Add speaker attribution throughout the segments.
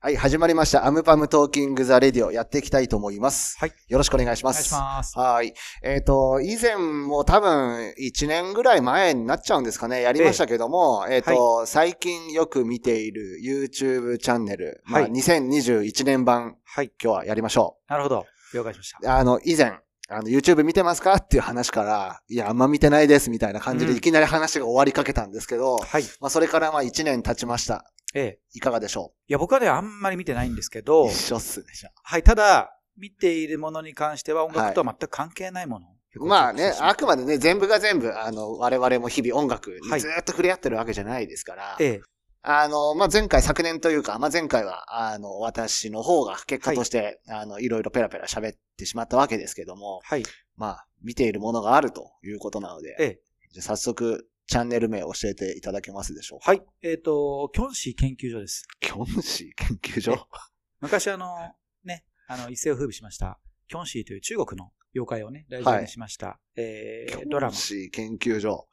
Speaker 1: はい、始まりました。アムパムトーキングザレディオやっていきたいと思います。
Speaker 2: はい。
Speaker 1: よろしくお願いし
Speaker 2: お
Speaker 1: ま
Speaker 2: 願いし
Speaker 1: す。
Speaker 2: ます。
Speaker 1: はい。えっ、と、以前も多分1年ぐらい前になっちゃうんですかね、やりましたけども、えっ、と、最近よく見ている YouTube チャンネル、まあ
Speaker 2: はい
Speaker 1: 2021年版、
Speaker 2: はい。
Speaker 1: 今日はやりましょ
Speaker 2: なるほど。了解しました。
Speaker 1: う。あの、以前、あの、YouTube 見てますかっていう話から、いや、あんま見てないですみたいな感じで、
Speaker 2: うん
Speaker 1: いきなり話が終わりかけたんですけど、
Speaker 2: はい。
Speaker 1: まあ、それからまあ1年経ちました。
Speaker 2: ええ。
Speaker 1: いかがでしょ
Speaker 2: いや、僕はね、あんまり見てないんですけ
Speaker 1: う
Speaker 2: ど
Speaker 1: 一、緒っすね、じゃあ
Speaker 2: はい。ただ、見ているものに関しては音楽とは全く関係ないもの。
Speaker 1: まあね、あ
Speaker 2: あ
Speaker 1: くまでね、全部が全部、あの、我々も日々音楽
Speaker 2: は
Speaker 1: に
Speaker 2: い
Speaker 1: ずーっと触れ合ってるわけじゃないですから、
Speaker 2: ええ。
Speaker 1: あの、まあ、前回、昨年というか、まあ、前回は、あの、私の方が結果として、あの、いろいろペラペラ喋ってしまったわけですけども、
Speaker 2: はい。
Speaker 1: まあ、見ているものがあるということなので、
Speaker 2: ええ。
Speaker 1: じゃあ早速、チャンネル名を教えていただけますでしょうか。
Speaker 2: はい。えっと、キョンシー研究所です。
Speaker 1: キョンシー研究所
Speaker 2: 昔あの、ね、あの、一世を風靡しました、キョンシーという中国の妖怪をね、題材にしました、え
Speaker 1: キ
Speaker 2: ー、ドラ
Speaker 1: ョン
Speaker 2: マ。チ
Speaker 1: シー研究所。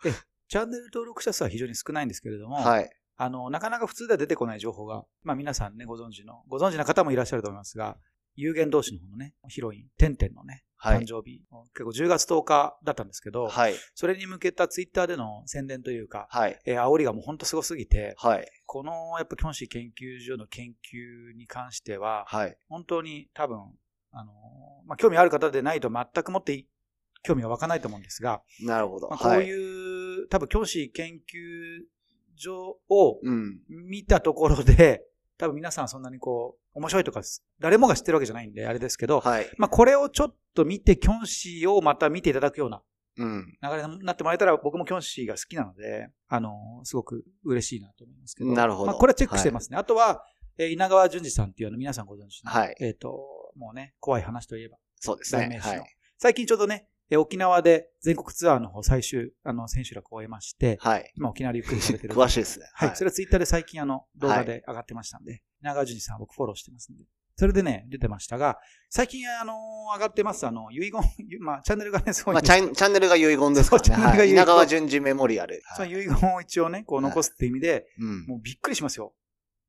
Speaker 2: ャンネル登録者数は非常に少ないんですけれども、
Speaker 1: はい。
Speaker 2: あの、なかなか普通では出てこない情報が、まあ皆さんね、ご存知の、ご存知の方もいらっしゃると思いますが、有限同士の方のね、ヒロイン、テンテンのね、
Speaker 1: は
Speaker 2: 誕
Speaker 1: い。
Speaker 2: 生日、結構10月10日だったんですけど、
Speaker 1: はい。
Speaker 2: それに向けたツイッターでの宣伝というか、
Speaker 1: はい。
Speaker 2: えー、煽りがもうほんとすごすぎて、
Speaker 1: はい。
Speaker 2: このやっぱキョンシー研究所の研究に関しては、
Speaker 1: はい。
Speaker 2: 本当に多分、あのーまあ、興味ある方でないと全くもってい興味が湧かないと思うんですが、
Speaker 1: なるほど。
Speaker 2: まあ、こう
Speaker 1: はい。
Speaker 2: いう、多分教師研究所を
Speaker 1: うん。
Speaker 2: 見たところで、 多分皆さんそんなにこう、面白いとか、誰もが知ってるわけじゃないんで、あれですけど、
Speaker 1: はい。
Speaker 2: まあ、これをちょっと見て、キョンシーをまた見ていただくような
Speaker 1: うん。
Speaker 2: 流れになってもらえたら、僕もキョンシーが好きなので、あのーすごく嬉しいなと思いますけど。
Speaker 1: なるほど
Speaker 2: まあ、これはチェックしてますね。あとは、えー稲川淳二さんっていうあの、皆さんご存知の、
Speaker 1: はい。
Speaker 2: えっ、と、もうね、怖い話といえば、
Speaker 1: そうです
Speaker 2: 代
Speaker 1: ね
Speaker 2: 名。詞
Speaker 1: は
Speaker 2: の。
Speaker 1: い。
Speaker 2: 最近ちょうどね、えー沖縄で全国ツアーの方最終、あの、選手楽を終えまして、
Speaker 1: はい。
Speaker 2: 今沖縄でゆっくりされてる。
Speaker 1: 詳しいですね。
Speaker 2: はい。それはツイッターで最近あの、動画
Speaker 1: は
Speaker 2: で上がってましたんで、長川淳二さんは僕フォローしてますんで。それでね、出てましたが、最近あのー上がってます、あの、遺言、 まあ、チャンネルがね、すごいん
Speaker 1: まあ、
Speaker 2: です
Speaker 1: チ
Speaker 2: けど、
Speaker 1: ャンチャンネルが遺言ですからね。
Speaker 2: そうチャンネルが
Speaker 1: はい
Speaker 2: 遺言
Speaker 1: 稲川淳二メモリアル。
Speaker 2: そ
Speaker 1: は
Speaker 2: の
Speaker 1: い
Speaker 2: 遺言を一応ね、こう残すっていう意味で、
Speaker 1: うん
Speaker 2: もうびっくりしますよ。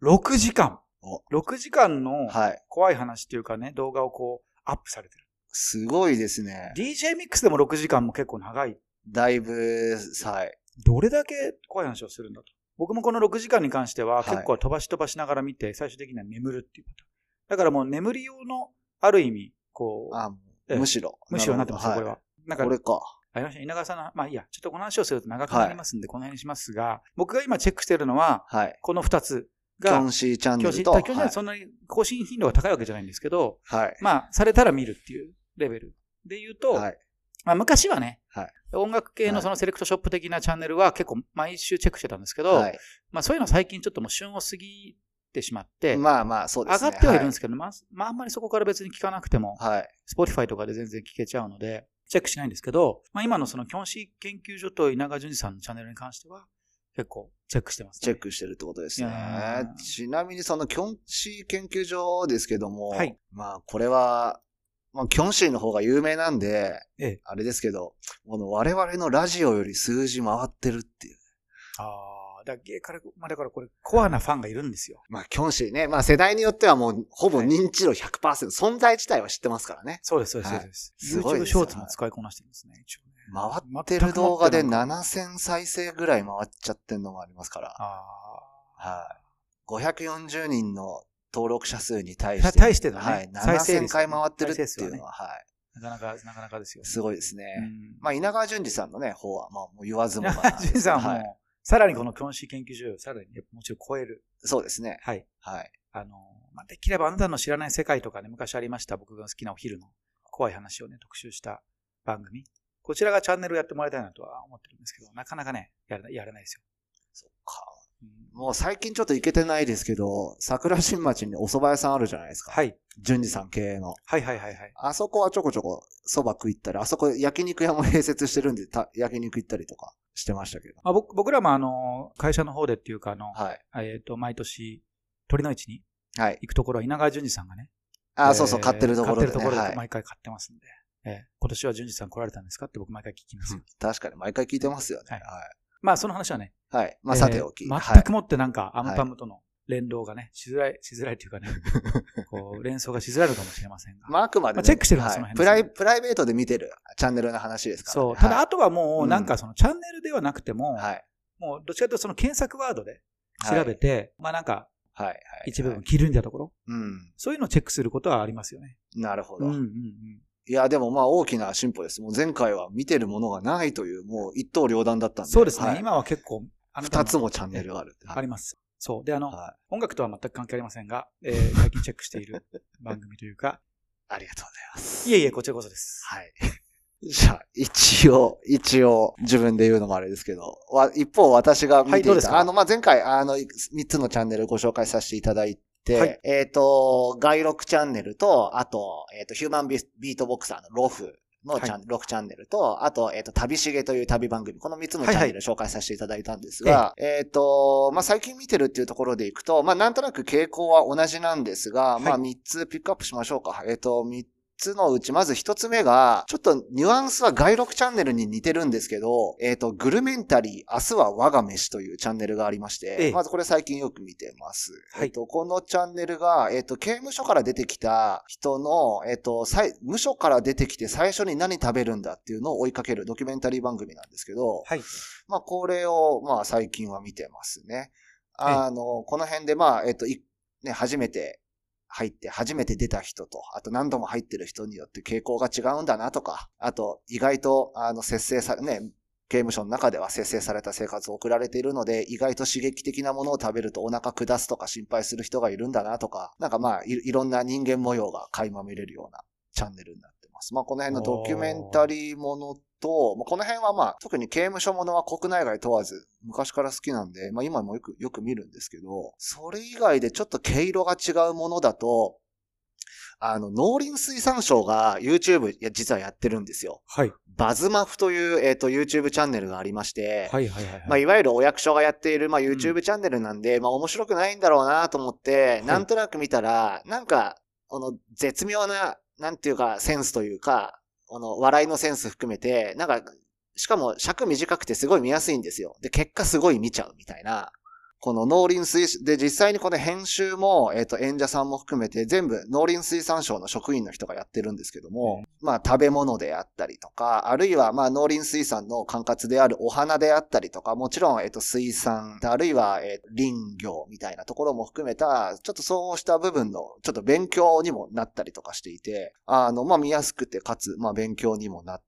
Speaker 2: 6時間
Speaker 1: お。
Speaker 2: 6時間の
Speaker 1: はい。
Speaker 2: 怖い話というかね、動画をこう、アップされてる。
Speaker 1: すごいですね。
Speaker 2: DJ ミックスでも6時間も結構長い
Speaker 1: だいぶ、はい。
Speaker 2: どれだけ怖い話をするんだと。僕もこの6時間に関しては
Speaker 1: はい
Speaker 2: 結構飛ばし飛ばしながら見て、最終的には眠るっていうこと。だからもう眠り用の、ある意味、こう、
Speaker 1: あ
Speaker 2: ええ
Speaker 1: むしろ。
Speaker 2: むしろなってますよ、これ
Speaker 1: は
Speaker 2: は。なん
Speaker 1: い。こ
Speaker 2: か、
Speaker 1: れか。
Speaker 2: ありました稲川さんの、まあいいや、ちょっとこの話をすると長くなりますんで、この辺にしますが、僕が今チェックしてるのは、
Speaker 1: はい。
Speaker 2: この2つ
Speaker 1: キョ
Speaker 2: が
Speaker 1: ン、シーチャンネ
Speaker 2: 教
Speaker 1: ル
Speaker 2: 師、
Speaker 1: と。
Speaker 2: 教師
Speaker 1: は
Speaker 2: はいそんなに更新頻度が高いわけじゃないんですけど、
Speaker 1: はい。
Speaker 2: まあ、されたら見るっていうレベルで言うと、
Speaker 1: はい。
Speaker 2: まあ、昔はね、
Speaker 1: はい
Speaker 2: 音楽系のそのセレクトショップ的なチャンネルは結構毎週チェックしてたんですけど、
Speaker 1: はい
Speaker 2: まあそういうの最近ちょっともう旬を過ぎてしまって、
Speaker 1: まあまあ、そうで
Speaker 2: 上
Speaker 1: すね。
Speaker 2: がってはいるんですけど、まあ、まああんまりそこから別に聞かなくても、
Speaker 1: はい。はい。
Speaker 2: Spotify とかで全然聞けちゃうので、チェックしないんですけど、まあ今のそのキョンシー研究所と稲川淳二さんのチャンネルに関しては、結構チェックしてます、
Speaker 1: チェッ。クしてるってことです
Speaker 2: い
Speaker 1: ね
Speaker 2: や。ー
Speaker 1: ちなみにそのキョンシー研究所ですけども、
Speaker 2: はい
Speaker 1: まあこれは、まあキョンシーの方が有名なんで、
Speaker 2: ええ
Speaker 1: あれですけど、この我々のラジオより数字回ってるっていう。
Speaker 2: ああ、だから、からまあ、だからこれ、コアなファンがいるんですよ。
Speaker 1: まあキョンシーね、まあ世代によってはもうほぼ
Speaker 2: はい
Speaker 1: 認知度100%、存在自体は知ってますからね。
Speaker 2: そうです、そうです、
Speaker 1: はい
Speaker 2: そうです。
Speaker 1: すごい
Speaker 2: YouTube
Speaker 1: です
Speaker 2: ショーツも使いこなしてるんですね、一応ね。
Speaker 1: 回ってる
Speaker 2: 全く
Speaker 1: 動画で
Speaker 2: 全くなんか
Speaker 1: 7000再生ぐらい回っちゃってんのもありますから。
Speaker 2: あ
Speaker 1: はい。540人の登録者数に対
Speaker 2: あ。
Speaker 1: して。
Speaker 2: 対してのね、
Speaker 1: はい。
Speaker 2: 再生
Speaker 1: 7000
Speaker 2: 率
Speaker 1: 回回ってるって
Speaker 2: 再
Speaker 1: い
Speaker 2: 生数は
Speaker 1: う
Speaker 2: ね
Speaker 1: のは、はい。
Speaker 2: なかなか、なかなかですよ。
Speaker 1: すごいですね。
Speaker 2: うん
Speaker 1: まあ、稲川淳二さんのね、方は、まあ、もう言わずも
Speaker 2: 稲
Speaker 1: が
Speaker 2: 川
Speaker 1: な
Speaker 2: 淳二さんはもう、
Speaker 1: はい。
Speaker 2: さらにこのキョンシー研究所をさらに、もちろん超える。
Speaker 1: そうですね。
Speaker 2: はい。
Speaker 1: はい。
Speaker 2: あの、まあ、できればあなたの知らない世界とかね、昔ありました僕が好きなお昼の怖い話をね、特集した番組。こちらがチャンネルをやってもらいたいなとは思ってるんですけど、なかなかね、やらないやらないですよ。
Speaker 1: そっか。もう最近ちょっと行けてないですけど、桜新町にお蕎麦屋さんあるじゃないですか。。
Speaker 2: はいい。
Speaker 1: 淳二さん経営の。
Speaker 2: はいはいはいはい。
Speaker 1: あそこはちょこちょこ蕎麦食い行ったり、あそこ焼肉屋も併設してるんで、た焼肉行ったりとかしてましたけど。
Speaker 2: まあ、僕僕らもあの、会社の方でっていうか、あの、
Speaker 1: はい。
Speaker 2: えっ、と、毎年、鳥の市に
Speaker 1: はい。
Speaker 2: 行くところは稲川淳二さんがね、
Speaker 1: あ、
Speaker 2: えー
Speaker 1: そうそう、買ってるところで、ね。
Speaker 2: 買ってるところで
Speaker 1: はい。
Speaker 2: 毎回買ってますんで。えー今年は淳二さん来られたんですかって僕毎回聞きますよ。
Speaker 1: 確かに毎回聞いてますよね。
Speaker 2: は
Speaker 1: はいい。
Speaker 2: まあその話はね、
Speaker 1: はい。まあ、
Speaker 2: えー
Speaker 1: さておき。
Speaker 2: 全く
Speaker 1: は
Speaker 2: もってなんか、アンパムとの連動がね、しづらい、しづらいというかね、こう、連想がしづらいのかもしれませんが。
Speaker 1: い。まあ、あくまで
Speaker 2: ま
Speaker 1: も。
Speaker 2: あチェックしてるのは
Speaker 1: はい
Speaker 2: その辺
Speaker 1: プ
Speaker 2: です
Speaker 1: ラ
Speaker 2: ね
Speaker 1: イ、プライベートで見てるチャンネルの話ですからね。
Speaker 2: そう。ただ、
Speaker 1: はい
Speaker 2: あとはも
Speaker 1: う
Speaker 2: う、
Speaker 1: ん
Speaker 2: なんかその、チャンネルではなくても、
Speaker 1: はい。
Speaker 2: もう、どっちかというとその検索ワードで調べて、まあなんか、
Speaker 1: はい。はい。
Speaker 2: 一部分切り抜いたところ、
Speaker 1: うん。
Speaker 2: そういうのをチェックすることはありますよね。
Speaker 1: なるほ
Speaker 2: うんうんう
Speaker 1: ど。
Speaker 2: ん。
Speaker 1: いや、でもまあ大きな進歩です。もう前回は見てるものがないという、もう一刀両断だったんで。
Speaker 2: そうですね。
Speaker 1: はい
Speaker 2: 今は結構、あなた
Speaker 1: 二つもチャンネルがある。
Speaker 2: あります。そう。で、あの、
Speaker 1: はい。
Speaker 2: 音楽とは全く関係ありませんが、えー最近チェックしている番組というか、
Speaker 1: ありがとうございます。
Speaker 2: いえいえ、こちらこそです。
Speaker 1: はい。 じゃあ、一応、一応、自分で言うのもあれですけど、わ一方私が見ていた、
Speaker 2: はいどうですか
Speaker 1: あの、まあ、前回、あの、い三つのチャンネルご紹介させていただいて、
Speaker 2: はい
Speaker 1: えっ、と、外録チャンネルと、あと、えっ、と、ヒューマンビビートボクサーのロフのチャン、ネル6チャンネルと、あと、えっ、と、旅しげという旅番組、この3つのチャンネル紹介させていただいたんですが、えっ、と、まあ、最近見てるっていうところでいくと、まあ、なんとなく傾向は同じなんですが、まあ、
Speaker 2: はい
Speaker 1: 3つピックアップしましょうか。えっ、と、三つのうち、まず一つ目が、ちょっとニュアンスは外録チャンネルに似てるんですけど、えっ、と、グルメンタリー、明日は我が飯というチャンネルがありまして、
Speaker 2: ええ
Speaker 1: まずこれ最近よく見てます。
Speaker 2: はい
Speaker 1: えっ、と、このチャンネルが、えっ、と、刑務所から出てきた人の、えっ、と、さい無所から出てきて最初に何食べるんだっていうのを追いかけるドキュメンタリー番組なんですけど、
Speaker 2: はい。
Speaker 1: まあ、これを、まあ、最近は見てますね。あの、この辺で、まあ、えっと、いね、初めて入って、初めて出た人と、あと何度も入ってる人によって傾向が違うんだなとか、あと、意外と、あの、節制され、ね、刑務所の中では節制された生活を送られているので、意外と刺激的なものを食べるとお腹下すとか心配する人がいるんだなとか、なんかまあ、いいろんな人間模様が垣間見れるようなチャンネルになってます。まあ、この辺のドキュメンタリーものと、まあこの辺はまあ、特に刑務所ものは国内外問わず、昔から好きなんで、まあ今もよく、よく見るんですけど、それ以外でちょっと毛色が違うものだと、あの、農林水産省が YouTube、いや実はやってるんですよ。
Speaker 2: はい。
Speaker 1: バズマフという、えっ、と、YouTube チャンネルがありまして、
Speaker 2: はいはいはい。
Speaker 1: まあ、
Speaker 2: はい
Speaker 1: いわゆるお役所がやっている、まあ、
Speaker 2: う
Speaker 1: YouTube チャンネルなんで、まあ、面白くないんだろうなと思って、
Speaker 2: い
Speaker 1: なんとなく見たら、なんか、この絶妙な、なんていうか、センスというか、この笑いのセンス含めて、なんか、しかも尺短くてすごい見やすいんですよ。で、結果すごい見ちゃうみたいな。この農林水産、で、実際にこの編集も、えっ、と、演者さんも含めて、全部農林水産省の職員の人がやってるんですけども、まあ、食べ物であったりとか、あるいは、まあ、農林水産の管轄であるお花であったりとか、もちろん、えっ、と、水産、あるいは、えー林業みたいなところも含めた、ちょっとそうした部分の、ちょっと勉強にもなったりとかしていて、あの、まあ、見やすくて、かつ、まあ、勉強にもなって、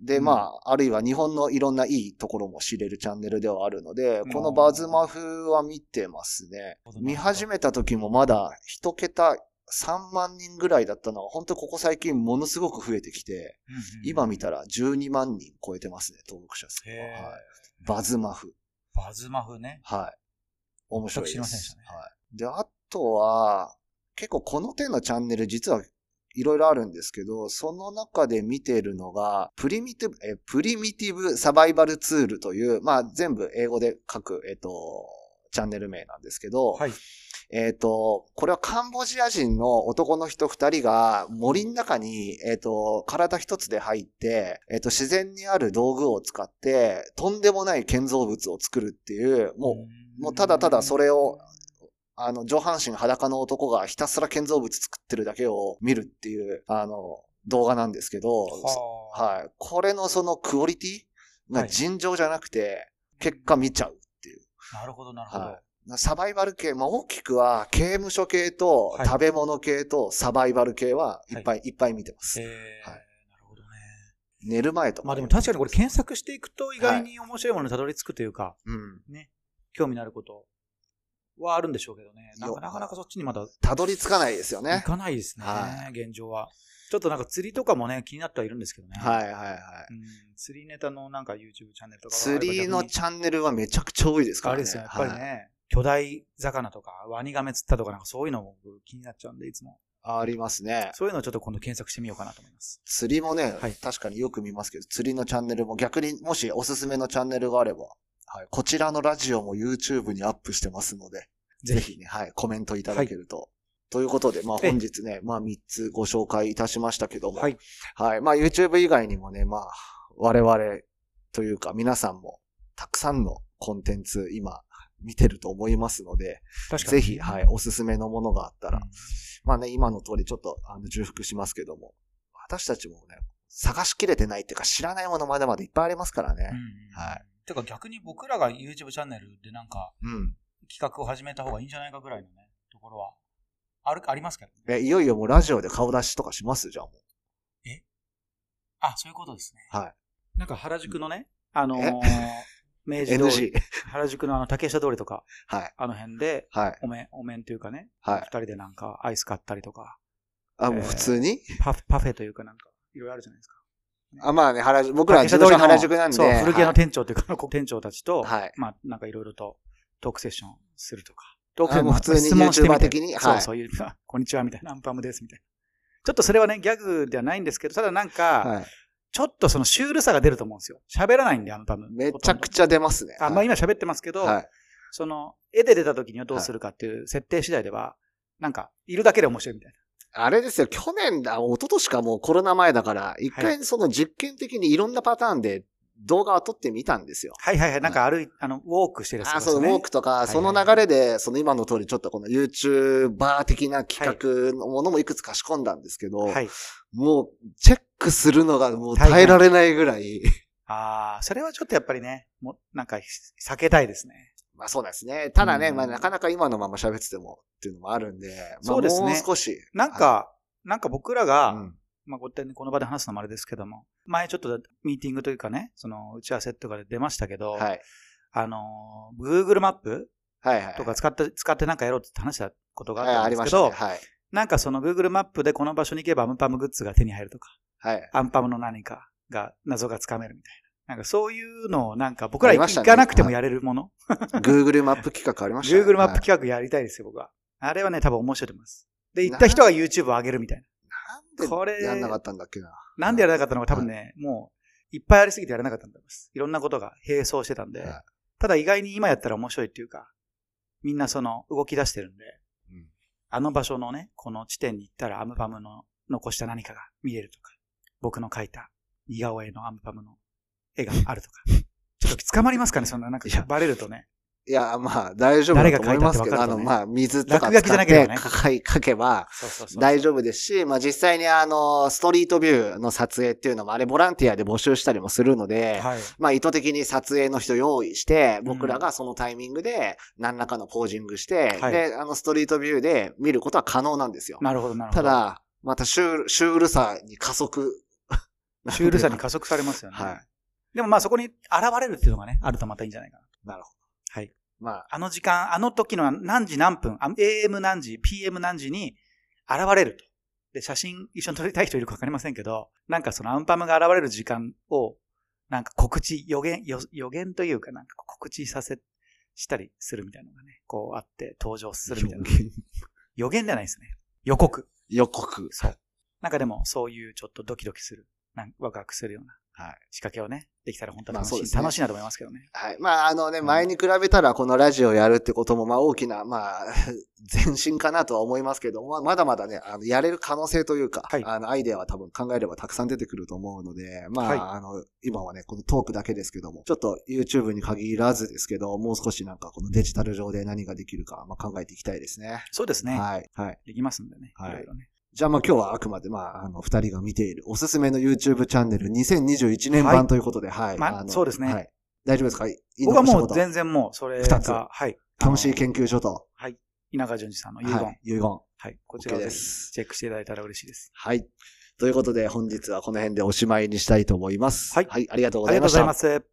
Speaker 1: で、
Speaker 2: うん
Speaker 1: まあ、あるいは日本のいろんないいところも知れるチャンネルではあるので、こ
Speaker 2: う
Speaker 1: の
Speaker 2: ん
Speaker 1: バズマフは見てますね。見始めた時もまだ一桁3万人ぐらいだったのは、本当ここ最近ものすごく増えてきて、
Speaker 2: うんうん
Speaker 1: 今見たら12万人超えてますね、登録者数
Speaker 2: へ
Speaker 1: は。はい
Speaker 2: ー
Speaker 1: バズマフ。
Speaker 2: バズマフね。
Speaker 1: はい。面白いです。
Speaker 2: 全く知りませんでしたね
Speaker 1: はい。で、あとは、結構この手のチャンネル実はいろいろあるんですけど、その中で見てるのが、プリミティブ、え、プリミティブサバイバルツールという、まあ全部英語で書く、えっと、チャンネル名なんですけど、
Speaker 2: はい。
Speaker 1: えっ、と、これはカンボジア人の男の人二人が森の中に、えっ、と、体一つで入って、えっ、と、自然にある道具を使って、とんでもない建造物を作るっていう、もう、もうただただそれを、あの、上半身裸の男がひたすら建造物作ってるだけを見るっていう、あの、動画なんですけど、
Speaker 2: は
Speaker 1: はい。これのそのクオリティが尋常じゃなくて、結果見ちゃうっていう。
Speaker 2: い。なるほど、なるほど。
Speaker 1: はサバイバル系、まあ、大きくは刑務所系と
Speaker 2: はい
Speaker 1: 食べ物系とサバイバル系はいっぱい、い、っぱい見てます。
Speaker 2: えー
Speaker 1: はい
Speaker 2: なるほどね。
Speaker 1: 寝る前とか。
Speaker 2: まあでも確かにこれ検索していくと意外に面白いものにたどり着くというか、
Speaker 1: うん。
Speaker 2: 興味のあることはあるんでしょうけどね。なん
Speaker 1: よ
Speaker 2: かなかなかそっちにまだ
Speaker 1: たどり着かないですよ
Speaker 2: 行
Speaker 1: ね。
Speaker 2: かないですね
Speaker 1: は、
Speaker 2: 現状は。ちょっとなんか釣りとかもね、気になってはいるんですけどね。
Speaker 1: はいはいはい。
Speaker 2: うん釣りネタのなんか YouTube チャンネルとかがあれ
Speaker 1: 釣
Speaker 2: ば逆に
Speaker 1: りのチャンネルはめちゃくちゃ多いですから
Speaker 2: あ
Speaker 1: ね。
Speaker 2: れですよ、やっぱりね、
Speaker 1: はい
Speaker 2: 巨大魚とか、ワニガメ釣ったとか、なんかそういうのも僕気になっちゃうんで、いつも。
Speaker 1: ありますね。
Speaker 2: そういうのをちょっと今度検索してみようかなと思います。
Speaker 1: 釣りもね、
Speaker 2: はい
Speaker 1: 確かによく見ますけど、釣りのチャンネルも逆にもしおすすめのチャンネルがあれば、はい、こちらのラジオも YouTube にアップしてますので、ぜひね、はい、コメントいただけると。ということで、まあ
Speaker 2: ええ
Speaker 1: 本日ね、まあ3つご紹介いたしましたけども、
Speaker 2: はい。
Speaker 1: はい。まあ YouTube 以外にもね、まあ、我々というか皆さんもたくさんのコンテンツ今見てると思いますので、
Speaker 2: 確かに。
Speaker 1: ぜひ、はい、おすすめのものがあったら、
Speaker 2: うん
Speaker 1: まあね、今の通りちょっとあの重複しますけども、私たちもね、探しきれてないっていうか知らないものまだまだいっぱいありますから
Speaker 2: うん
Speaker 1: ね。
Speaker 2: うん
Speaker 1: はい。
Speaker 2: てか逆に僕らが YouTube チャンネルでなんか
Speaker 1: うん。
Speaker 2: 企画を始めた方がいいんじゃないかぐらいのね、ところは、ある、ありますけどね。
Speaker 1: え、いよいよもうラジオで顔出しとかしますじゃあもう。
Speaker 2: あ、そういうことですね。
Speaker 1: はい。
Speaker 2: なんか原宿のね、あのー、明治通
Speaker 1: NG
Speaker 2: り、。原宿のあの竹下通りとか、
Speaker 1: はい。
Speaker 2: あの辺で、
Speaker 1: はい。
Speaker 2: お面、お面というかね、
Speaker 1: はい
Speaker 2: 二。人でなんかアイス買ったりとか、
Speaker 1: あ、もう普通に、
Speaker 2: パフ、パフェというかなんか、いろいろあるじゃないですか。
Speaker 1: あ、まあね、原宿、僕ら
Speaker 2: 竹下
Speaker 1: 自動
Speaker 2: 通りの
Speaker 1: 車原宿なんで。
Speaker 2: そう、古着
Speaker 1: は
Speaker 2: 屋の
Speaker 1: い
Speaker 2: 店長というか、あの店長たちと、
Speaker 1: はい
Speaker 2: まあ、なんかいろいろとトークセッションするとか。トー
Speaker 1: あもう普通に
Speaker 2: 質問してみた
Speaker 1: YouTuber 的に
Speaker 2: そ
Speaker 1: は
Speaker 2: う、
Speaker 1: い
Speaker 2: そういう、 あこんにちはみたいな、アンパムですみたいな。ちょっとそれはね、ギャグではないんですけど、ただなんか、
Speaker 1: はい。
Speaker 2: ちょっとそのシュールさが出ると思うんですよ。喋らないんで、アンパム。
Speaker 1: めちゃく
Speaker 2: ゃ。
Speaker 1: ちゃ出ますね。
Speaker 2: あ、まあ今喋ってますけど、
Speaker 1: はい。
Speaker 2: その、絵で出た時にはどうするかっていう設定次第では、なんか、いるだけで面白いみたいな。
Speaker 1: あれですよ、去年だ、一昨年かもうコロナ前だから、一回その実験的にいろんなパターンで動画を撮ってみたんですよ。
Speaker 2: はいはいはい、なんか歩い、あの、ウォークしてる
Speaker 1: あそう、ウォークと
Speaker 2: は
Speaker 1: か、
Speaker 2: い
Speaker 1: その流れで、その今の通りちょっとこの YouTuber 的な企画のものもいくつか仕込んだんですけど、
Speaker 2: はい。
Speaker 1: もうチェックするのがもう耐えられないぐらい、
Speaker 2: ああ、それはちょっとやっぱりね、もうなんか避けたいですね。
Speaker 1: まあそうなんですね。ただね、
Speaker 2: うん
Speaker 1: まあなかなか今のまま喋っててもっていうのもあるんで、まあ
Speaker 2: そうですね
Speaker 1: もう少し。
Speaker 2: なんか、なんか僕ら
Speaker 1: は
Speaker 2: が、
Speaker 1: い、うん
Speaker 2: まあ、ごってんこの場で話すのもあれですけども、前ちょっとミーティングというかね、その打ち合わせとかで出ましたけど、
Speaker 1: はい。
Speaker 2: あのー、Google マップ
Speaker 1: はいはい。
Speaker 2: とか使って、使ってなんかやろうって話したことが
Speaker 1: はい、
Speaker 2: あった
Speaker 1: あ
Speaker 2: んで
Speaker 1: り
Speaker 2: す
Speaker 1: ま
Speaker 2: け
Speaker 1: し
Speaker 2: ど、
Speaker 1: たね。はい。
Speaker 2: なんかその Google マップでこの場所に行けばアンパムグッズが手に入るとか、
Speaker 1: はい。
Speaker 2: アンパムの何かが謎がつかめるみたいな。なんかそういうのをなんか僕ら
Speaker 1: ありまし
Speaker 2: 行
Speaker 1: たね
Speaker 2: かなくてもやれるもの、
Speaker 1: Google マップ企画ありましたね。
Speaker 2: Google マッ
Speaker 1: はい
Speaker 2: プ企画やりたいですよ、僕は。あれはね、多分面白いと思います。で、行った人が YouTube を上げるみたいな。
Speaker 1: なんで
Speaker 2: これ
Speaker 1: やんなかったんだっけな。
Speaker 2: なんでやらなかったのか多分ね、もう、いっぱいありすぎてやらなかったんだと思います。いろんなことが並走してたんで、
Speaker 1: はい
Speaker 2: ただ意外に今やったら面白いっていうか、みんなその動き出してるんで、
Speaker 1: うん
Speaker 2: あの場所のね、この地点に行ったらアムパムの残した何かが見れるとか、僕の描いた似顔絵のアムパムの絵があ るとか、ちょっと捕まりますかねそんななんか
Speaker 1: いや
Speaker 2: バレるとね。
Speaker 1: いや、まあ、大丈夫だと思いますけ
Speaker 2: 誰が書い
Speaker 1: ど、
Speaker 2: たってわか
Speaker 1: あ
Speaker 2: る
Speaker 1: の、
Speaker 2: とね
Speaker 1: まあ、水とか
Speaker 2: 落書きじゃ
Speaker 1: 使
Speaker 2: な
Speaker 1: っ
Speaker 2: けれ
Speaker 1: て
Speaker 2: ばね
Speaker 1: 書い書けば
Speaker 2: そうそうそう。
Speaker 1: 大丈夫ですし、まあ実際にあの、ストリートビューの撮影っていうのも、あれボランティアで募集したりもするので、
Speaker 2: はい。
Speaker 1: まあ意図的に撮影の人用意して、
Speaker 2: ん
Speaker 1: 僕らがそのタイミングで何らかのポージングして、
Speaker 2: はい
Speaker 1: で、あのストリートビューで見ることは可能なんですよ。
Speaker 2: なるほど、なるほ
Speaker 1: た
Speaker 2: ど。
Speaker 1: だ、またシュールシュールさに加速。
Speaker 2: シュールさに加速されますよね。
Speaker 1: はい
Speaker 2: でもまあそこに現れるっていうのがね、あるとまたいいんじゃないかな。
Speaker 1: なるほど。
Speaker 2: はい。
Speaker 1: まあ、
Speaker 2: あの時間、あの時の何時何分、あ AM 何時、PM 何時に現れると。で、写真一緒に撮りたい人いるかわかりませんけど、なんかそのアンパムが現れる時間を、なんか告知、予言、予予言というかなんか告知させ、したりするみたいなのがね、こうあって登場するみたいな。予言じゃないですね。予告。
Speaker 1: 予告。
Speaker 2: そう。なんかでもそういうちょっとドキドキする、なんかワクワクするような
Speaker 1: はい
Speaker 2: 仕掛けをね、できたら本当に
Speaker 1: まあ
Speaker 2: 楽しい、
Speaker 1: そうですね
Speaker 2: 楽しいなと思いますけどね。
Speaker 1: はい。まあ、あのね、
Speaker 2: うん
Speaker 1: 前に比べたら、このラジオやるってことも、まあ、大きな、まあ、 前進かなとは思いますけど、まあ、まだまだね、あの、やれる可能性というか、
Speaker 2: はい
Speaker 1: あの、アイデアは多分考えればたくさん出てくると思うので、まあ、
Speaker 2: はい
Speaker 1: あの、今はね、このトークだけですけども、ちょっと YouTube に限らずですけど、もう少しなんか、このデジタル上で何ができるか、まあ、考えていきたいですね。
Speaker 2: そうですね。
Speaker 1: はい。はい。
Speaker 2: できますんでね。
Speaker 1: はい
Speaker 2: いろいろね。
Speaker 1: じゃあ、まあ、今日はあくまで、まあ、あの、二人が見ているおすすめの YouTube チャンネル2021年
Speaker 2: は
Speaker 1: 版
Speaker 2: い
Speaker 1: ということで、はい。
Speaker 2: まあ
Speaker 1: の
Speaker 2: そうですね
Speaker 1: はい。大丈夫ですか
Speaker 2: 僕はもう
Speaker 1: 全
Speaker 2: 全然もう、それ
Speaker 1: 二つ
Speaker 2: が、はい。
Speaker 1: 楽しい研究所と、
Speaker 2: 稲川淳二さんの遺言。
Speaker 1: は、
Speaker 2: はい
Speaker 1: 遺言。
Speaker 2: い。こちら
Speaker 1: OK
Speaker 2: をぜ
Speaker 1: で
Speaker 2: ひ
Speaker 1: す
Speaker 2: チェックしていただいたら嬉しいです。
Speaker 1: はい。ということで、本日はこの辺でおしまいにしたいと思います。
Speaker 2: はい
Speaker 1: はい、ありがとうご
Speaker 2: あ
Speaker 1: ざ
Speaker 2: り
Speaker 1: い
Speaker 2: がと
Speaker 1: ま
Speaker 2: うご
Speaker 1: し
Speaker 2: ざい
Speaker 1: た
Speaker 2: ま。す。